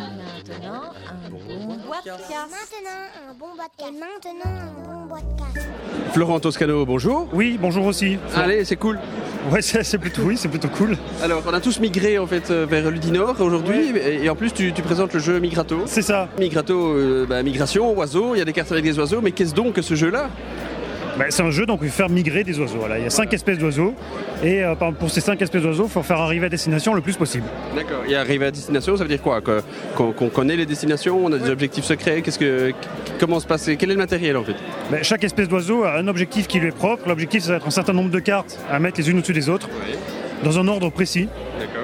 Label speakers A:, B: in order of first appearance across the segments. A: maintenant un bon bois de casse.
B: Maintenant, un bon bois de casse. Et maintenant, un bon bois de casse.
C: Florent Toscano, bonjour.
D: Oui, bonjour aussi.
C: Allez, c'est cool.
D: Ouais, c'est c'est plutôt, oui, c'est plutôt cool.
C: Alors, on a tous migré en fait euh, vers Ludinor aujourd'hui, et, et en plus tu, tu présentes le jeu Migrato.
D: C'est ça.
C: Migrato, euh, bah, migration, oiseau, il y a des cartes avec des oiseaux, mais qu'est-ce donc que ce jeu-là
D: Bah, c'est un jeu donc il faut faire migrer des oiseaux. Voilà. Il y a cinq espèces d'oiseaux et euh, par- pour ces cinq espèces d'oiseaux, il faut faire arriver à destination le plus possible.
C: D'accord. Et arriver à destination, ça veut dire quoi Que- Qu'on qu'on connaît les destinations, on a des objectifs secrets, qu'est-ce que, comment se passe Quel est le matériel en fait
D: Bah, chaque espèce d'oiseau a un objectif qui lui est propre. L'objectif, ça va être un certain nombre de cartes à mettre les unes au-dessus des autres dans un ordre précis.
C: D'accord.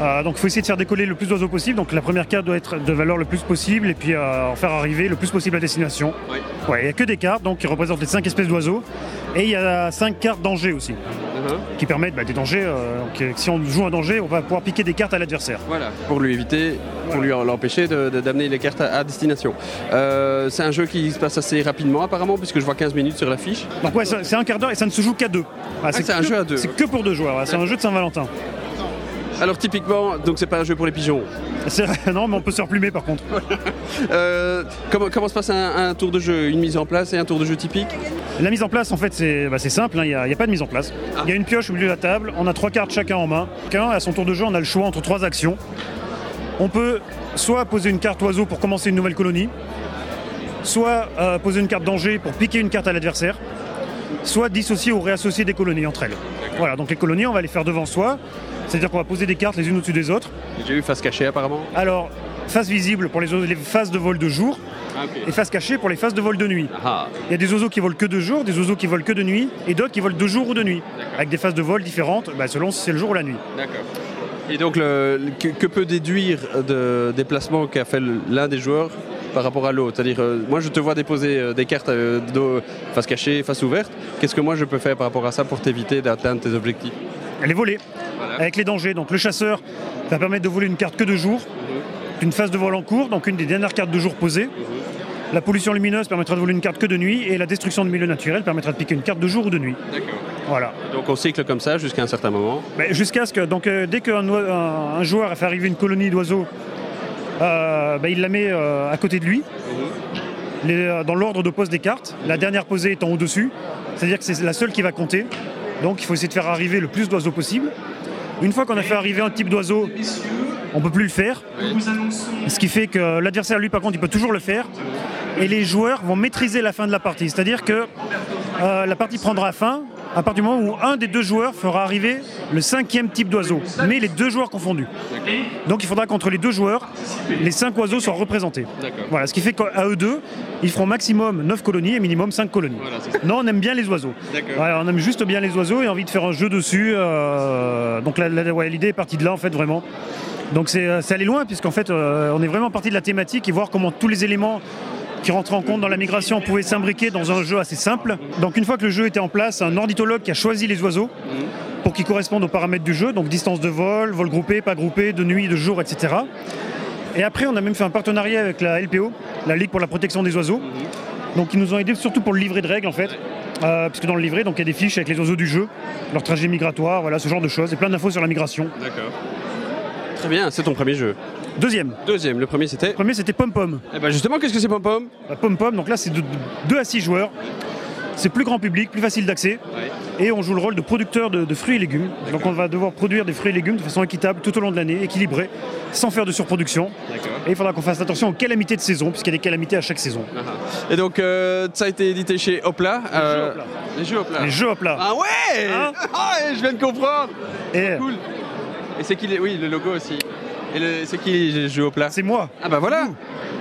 D: Euh, donc il faut essayer de faire décoller le plus d'oiseaux possible. Donc la première carte doit être de valeur le plus possible et puis euh, en faire arriver le plus possible à destination.
C: Oui.
D: Ouais, il n'y a que des cartes donc, qui représentent les cinq espèces d'oiseaux. Et il y a cinq cartes danger aussi,
C: Uh-huh.
D: qui permettent bah, des dangers. euh, donc, si on joue un danger, on va pouvoir piquer des cartes à l'adversaire.
C: Voilà. Pour lui éviter, pour lui en- l'empêcher de- de- d'amener les cartes à, à destination. Euh, c'est un jeu qui se passe assez rapidement apparemment, puisque je vois 15 minutes sur l'affiche.
D: Donc ouais, c'est c'est un quart d'heure et ça ne se joue qu'à deux. Ah,
C: c'est un
D: que-
C: jeu à deux.
D: C'est que pour deux joueurs, ouais, c'est un jeu de Saint-Valentin.
C: Alors typiquement, donc c'est pas un jeu pour les pigeons.
D: C'est- Non mais on peut se replumer par contre.
C: Euh, comment, comment se passe un, un tour de jeu Une mise en place et un tour de jeu typique
D: La mise en place, en fait, c'est bah, c'est simple, il n'y a, y a pas de mise en place. Il y a une pioche au milieu de la table, on a trois cartes chacun en main. Chacun, à son tour de jeu, on a le choix entre trois actions. On peut soit poser une carte oiseau pour commencer une nouvelle colonie, soit euh, poser une carte danger pour piquer une carte à l'adversaire, soit dissocier ou réassocier des colonies entre elles. Voilà, donc les colonies, on va les faire devant soi, c'est-à-dire qu'on va poser des cartes les unes au-dessus des autres.
C: J'ai eu face cachée apparemment.
D: Alors, face visible pour les, o- les phases de vol de jour,
C: Ah, ok.
D: et face cachée pour les phases de vol de nuit.
C: Ah,
D: Il y a des oiseaux qui volent que de jour, des oiseaux qui volent que de nuit, et d'autres qui volent de jour ou de nuit, avec des phases de vol différentes, bah, selon si c'est le jour ou la nuit.
C: d'accord. Et donc, le, le- que, que peut déduire de, des placements qu'a fait le- l'un des joueurs par rapport à l'autre C'est-à-dire, euh, moi je te vois déposer euh, des cartes euh, dos- face cachée, face ouverte. Qu'est-ce que moi je peux faire par rapport à ça pour t'éviter d'atteindre tes objectifs
D: Elle est volée, avec les dangers. Donc le chasseur va permettre de voler une carte que de jour, une phase de vol en cours, donc une des dernières cartes de jour posées. La pollution lumineuse permettra de voler une carte que de nuit, et la destruction de milieu naturel permettra de piquer une carte de jour ou de nuit. Voilà.
C: Donc, on cycle comme ça jusqu'à un certain moment.
D: Mais Jusqu'à ce que, donc euh, dès qu'un oi- un- un joueur a fait arriver une colonie d'oiseaux, euh, bah, il la met euh, à côté de lui, Les, euh, dans l'ordre de pose des cartes. La dernière posée étant au-dessus, c'est-à-dire que c'est la seule qui va compter. Donc il faut essayer de faire arriver le plus d'oiseaux possible. Une fois qu'on a fait arriver un type d'oiseau, on peut plus le faire. Ce qui fait que l'adversaire, lui, par contre, il peut toujours le faire. Et les joueurs vont maîtriser la fin de la partie. C'est-à-dire que euh, la partie prendra fin à partir du moment où un des deux joueurs fera arriver le cinquième type d'oiseau, mais les deux joueurs confondus. Donc il faudra qu'entre les deux joueurs, les cinq oiseaux soient représentés. Voilà, ce qui fait qu'à eux deux, ils feront maximum 9 colonies et minimum 5 colonies. Non, on aime bien les oiseaux. Voilà, on aime juste bien les oiseaux et envie de faire un jeu dessus. euh, donc la- la- ouais, l'idée est partie de là, en fait, vraiment. Donc c'est euh, c'est aller loin, puisqu'en fait, euh, on est vraiment parti de la thématique et voir comment tous les éléments qui rentraient en compte dans la migration pouvaient s'imbriquer dans un jeu assez simple. Donc une fois que le jeu était en place, un ornithologue qui a choisi les oiseaux pour qu'ils correspondent aux paramètres du jeu, donc distance de vol, vol groupé, pas groupé, de nuit, de jour, etc. Et après, on a même fait un partenariat avec la LPO, la Ligue pour la protection des oiseaux. Donc ils nous ont aidés surtout pour le livret de règles en fait. Euh, parce que dans le livret, donc, il y a des fiches avec les oiseaux du jeu, leur trajet migratoire, voilà, ce genre de choses, et plein d'infos sur la migration.
C: D'accord. Très bien, c'est ton premier jeu.
D: Deuxième,
C: Deuxième, le premier c'était.
D: premier c'était Pom Pom.
C: Eh ben justement, qu'est-ce que c'est Pom Pom
D: Euh, Pom Pom, donc là c'est de 2 à 6 joueurs. C'est plus grand public, plus facile d'accès. Et on joue le rôle de producteur de, de fruits et légumes. Donc on va devoir produire des fruits et légumes de façon équitable tout au long de l'année, équilibrée, sans faire de surproduction.
C: D'accord.
D: Et il faudra qu'on fasse attention aux calamités de saison, puisqu'il y a des calamités à chaque saison.
C: Et donc, euh, ça a été édité chez Hopla. euh,
D: Hopla.
C: Les jeux Hopla.
D: Les jeux hop là.
C: Ah ouais
D: Hein
C: Ah ouais, Je viens de comprendre
D: Et
C: Cool Et c'est qui les... Oui, le logo aussi. Et le... c'est qui les jeux Hopla
D: c'est moi.
C: Ah bah voilà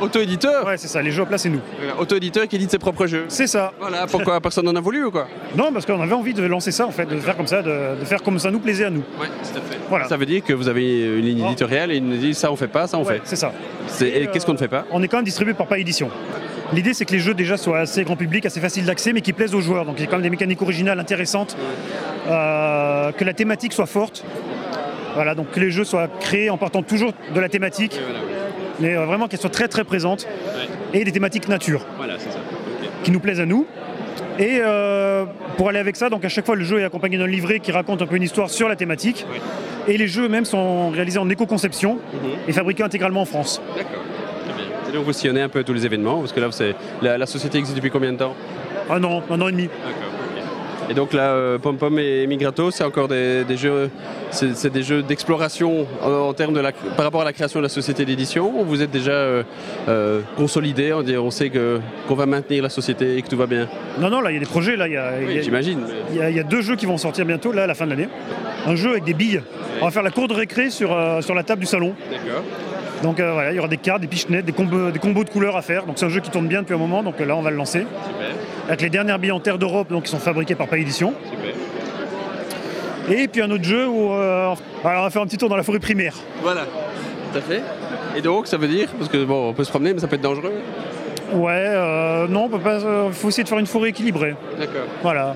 C: Auto-éditeur
D: Ouais, c'est ça, les jeux hop là, c'est nous.
C: Voilà, Auto-éditeur qui édite ses propres jeux.
D: C'est ça.
C: Voilà, pourquoi personne n'en a voulu ou quoi
D: Non, parce qu'on avait envie de lancer ça, en fait, de faire comme ça, de, de faire comme ça nous plaisait à nous.
C: Ouais, tout à fait.
D: Voilà.
C: Ça veut dire que vous avez une ligne
D: Oh.
C: éditoriale et ils nous disent ça on fait pas, ça on
D: Ouais,
C: fait.
D: c'est ça.
C: C'est- Et
D: euh,
C: qu'est-ce qu'on ne fait pas
D: On est quand même distribué par Pas Édition. L'idée, c'est que les jeux déjà soient assez grand public, assez faciles d'accès, mais qui plaisent aux joueurs. Donc, il y a quand même des mécaniques originales, intéressantes, euh, que la thématique soit forte. Voilà, donc que les jeux soient créés en partant toujours de la thématique, mais euh, vraiment qu'elle soit très très présente, et des thématiques nature.
C: Voilà, c'est ça.
D: qui nous plaisent à nous. Et euh, pour aller avec ça, donc à chaque fois le jeu est accompagné d'un livret qui raconte un peu une histoire sur la thématique.
C: Mhm.
D: Et les jeux eux-mêmes sont réalisés en éco-conception et fabriqués intégralement en France.
C: D'accord. Et donc vous sillonnez un peu tous les événements, parce que là, c'est la, la société existe depuis combien de temps
D: Un an, Ah un an et demi.
C: D'accord. Et donc là, euh, Pom Pom et Migrato, c'est encore des, des jeux, c'est c'est des jeux d'exploration en, en termes de la, par rapport à la création de la société d'édition. ou Vous êtes déjà euh, euh, consolidé, on, dit- on sait que qu'on va maintenir la société et que tout va bien.
D: Non, non, là, il y a des projets. Là, il y a, il y
C: Oui,
D: a-
C: j'imagine.
D: il y a- il y a deux jeux qui vont sortir bientôt, là, à la fin de l'année. Un jeu avec des billes. On va faire la cour de récré sur, euh, sur la table du salon.
C: D'accord.
D: Donc euh, voilà, il y aura des cartes, des pichenettes, des combos, des combos de couleurs à faire. Donc c'est un jeu qui tourne bien depuis un moment, donc euh, là on va le lancer.
C: Super,
D: Avec les dernières billes en terre d'Europe, donc qui sont fabriquées par Pas Édition.
C: super.
D: Et puis un autre jeu où euh, alors, on va faire un petit tour dans la forêt primaire.
C: Voilà, tout à fait. Et donc, ça veut dire, parce que bon, on peut se promener, mais ça peut être dangereux.
D: Ouais, euh, non, on peut pas. euh, faut essayer de faire une forêt équilibrée.
C: D'accord.
D: Voilà.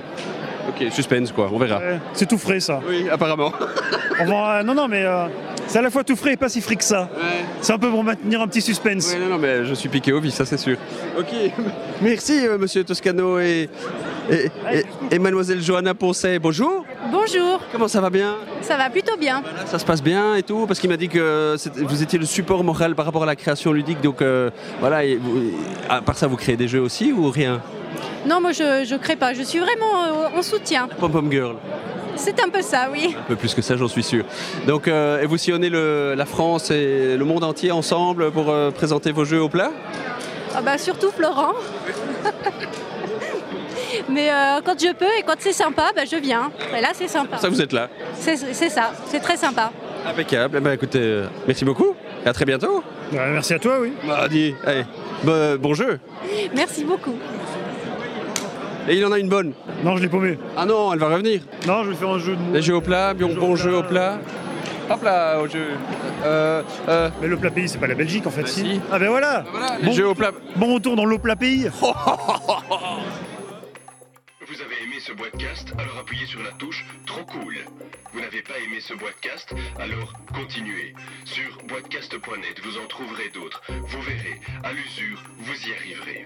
C: Ok, suspense quoi, on verra.
D: Ouais, c'est tout frais ça.
C: Oui, apparemment.
D: On va- euh, non, non, mais euh, c'est à la fois tout frais et pas si frais que ça.
C: Ouais.
D: C'est un peu pour maintenir un petit suspense.
C: Ouais, non, non, mais je suis piqué au vif, ça c'est sûr. Ok, merci euh, monsieur Toscano et, et, et- et mademoiselle Johanna Poncet. Bonjour,
E: Bonjour,
C: comment ça va bien
E: ça va plutôt bien.
C: Voilà, Ça se passe bien et tout Parce qu'il m'a dit que c'était- vous étiez le support moral par rapport à la création ludique, donc euh, voilà, et vous- à part ça, vous créez des jeux aussi ou rien
E: Non, moi je, je crée pas, je suis vraiment euh, en soutien.
C: Pom Pom Girl,
E: C'est un peu ça, oui.
C: un peu plus que ça, j'en suis sûr. Donc, euh, et vous sillonnez le- la France et le monde entier ensemble pour euh, présenter vos jeux au plat
E: Ah bah, surtout Florent. Mais euh, quand je peux et quand c'est sympa, bah, je viens. Et là, c'est sympa.
C: Ça, vous êtes là.
E: C'est c'est ça, c'est très sympa.
C: Impeccable. Eh ben, écoutez, euh, merci beaucoup. Et à très bientôt.
D: Ouais, merci à toi, oui.
C: Bah, dis, allez, bon- euh, bon jeu.
E: Merci beaucoup.
C: Et il en a une bonne.
D: Non, je l'ai paumé.
C: Ah non, elle va revenir.
D: Non, je vais faire un jeu de mots.
C: Les jeux au plat, bon, bon jeu au plat. Hop là, au jeu. Euh, euh,
D: Mais le plat pays, c'est pas la Belgique en fait,
C: Bah
D: si.
C: si.
D: Ah ben voilà.
C: voilà, les
D: bon,
C: jeux au plat.
D: bon retour dans le plat pays.
F: Vous avez aimé ce podcast Alors appuyez sur la touche Trop cool. Vous n'avez pas aimé ce podcast Alors continuez. Sur boitcast.net, vous en trouverez d'autres. Vous verrez, à l'usure, vous y arriverez.